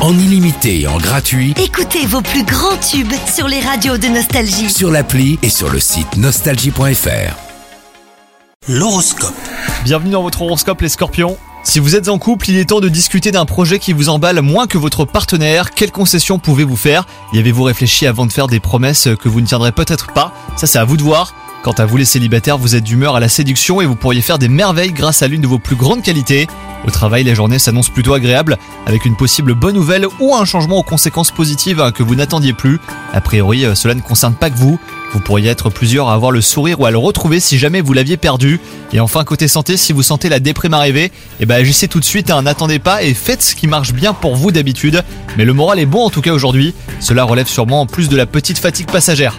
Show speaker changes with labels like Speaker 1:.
Speaker 1: en illimité et en gratuit
Speaker 2: Écoutez vos plus grands tubes sur les radios de Nostalgie.
Speaker 1: sur l'appli et sur le site nostalgie.fr.
Speaker 3: L'horoscope.
Speaker 4: Bienvenue dans votre horoscope les scorpions. Si vous êtes en couple, il est temps de discuter d'un projet qui vous emballe moins que votre partenaire. Quelles concessions pouvez-vous faire Y avez-vous réfléchi avant de faire des promesses que vous ne tiendrez peut-être pas Ça c'est à vous de voir. Quant à vous les célibataires, vous êtes d'humeur à la séduction et vous pourriez faire des merveilles grâce à l'une de vos plus grandes qualités. Au travail, la journée s'annonce plutôt agréable, avec une possible bonne nouvelle ou un changement aux conséquences positives hein, que vous n'attendiez plus. A priori, euh, cela ne concerne pas que vous. Vous pourriez être plusieurs à avoir le sourire ou à le retrouver si jamais vous l'aviez perdu. Et enfin, côté santé, si vous sentez la déprime arriver, eh ben, agissez tout de suite, hein, n'attendez pas et faites ce qui marche bien pour vous d'habitude. Mais le moral est bon en tout cas aujourd'hui. Cela relève sûrement en plus de la petite fatigue passagère.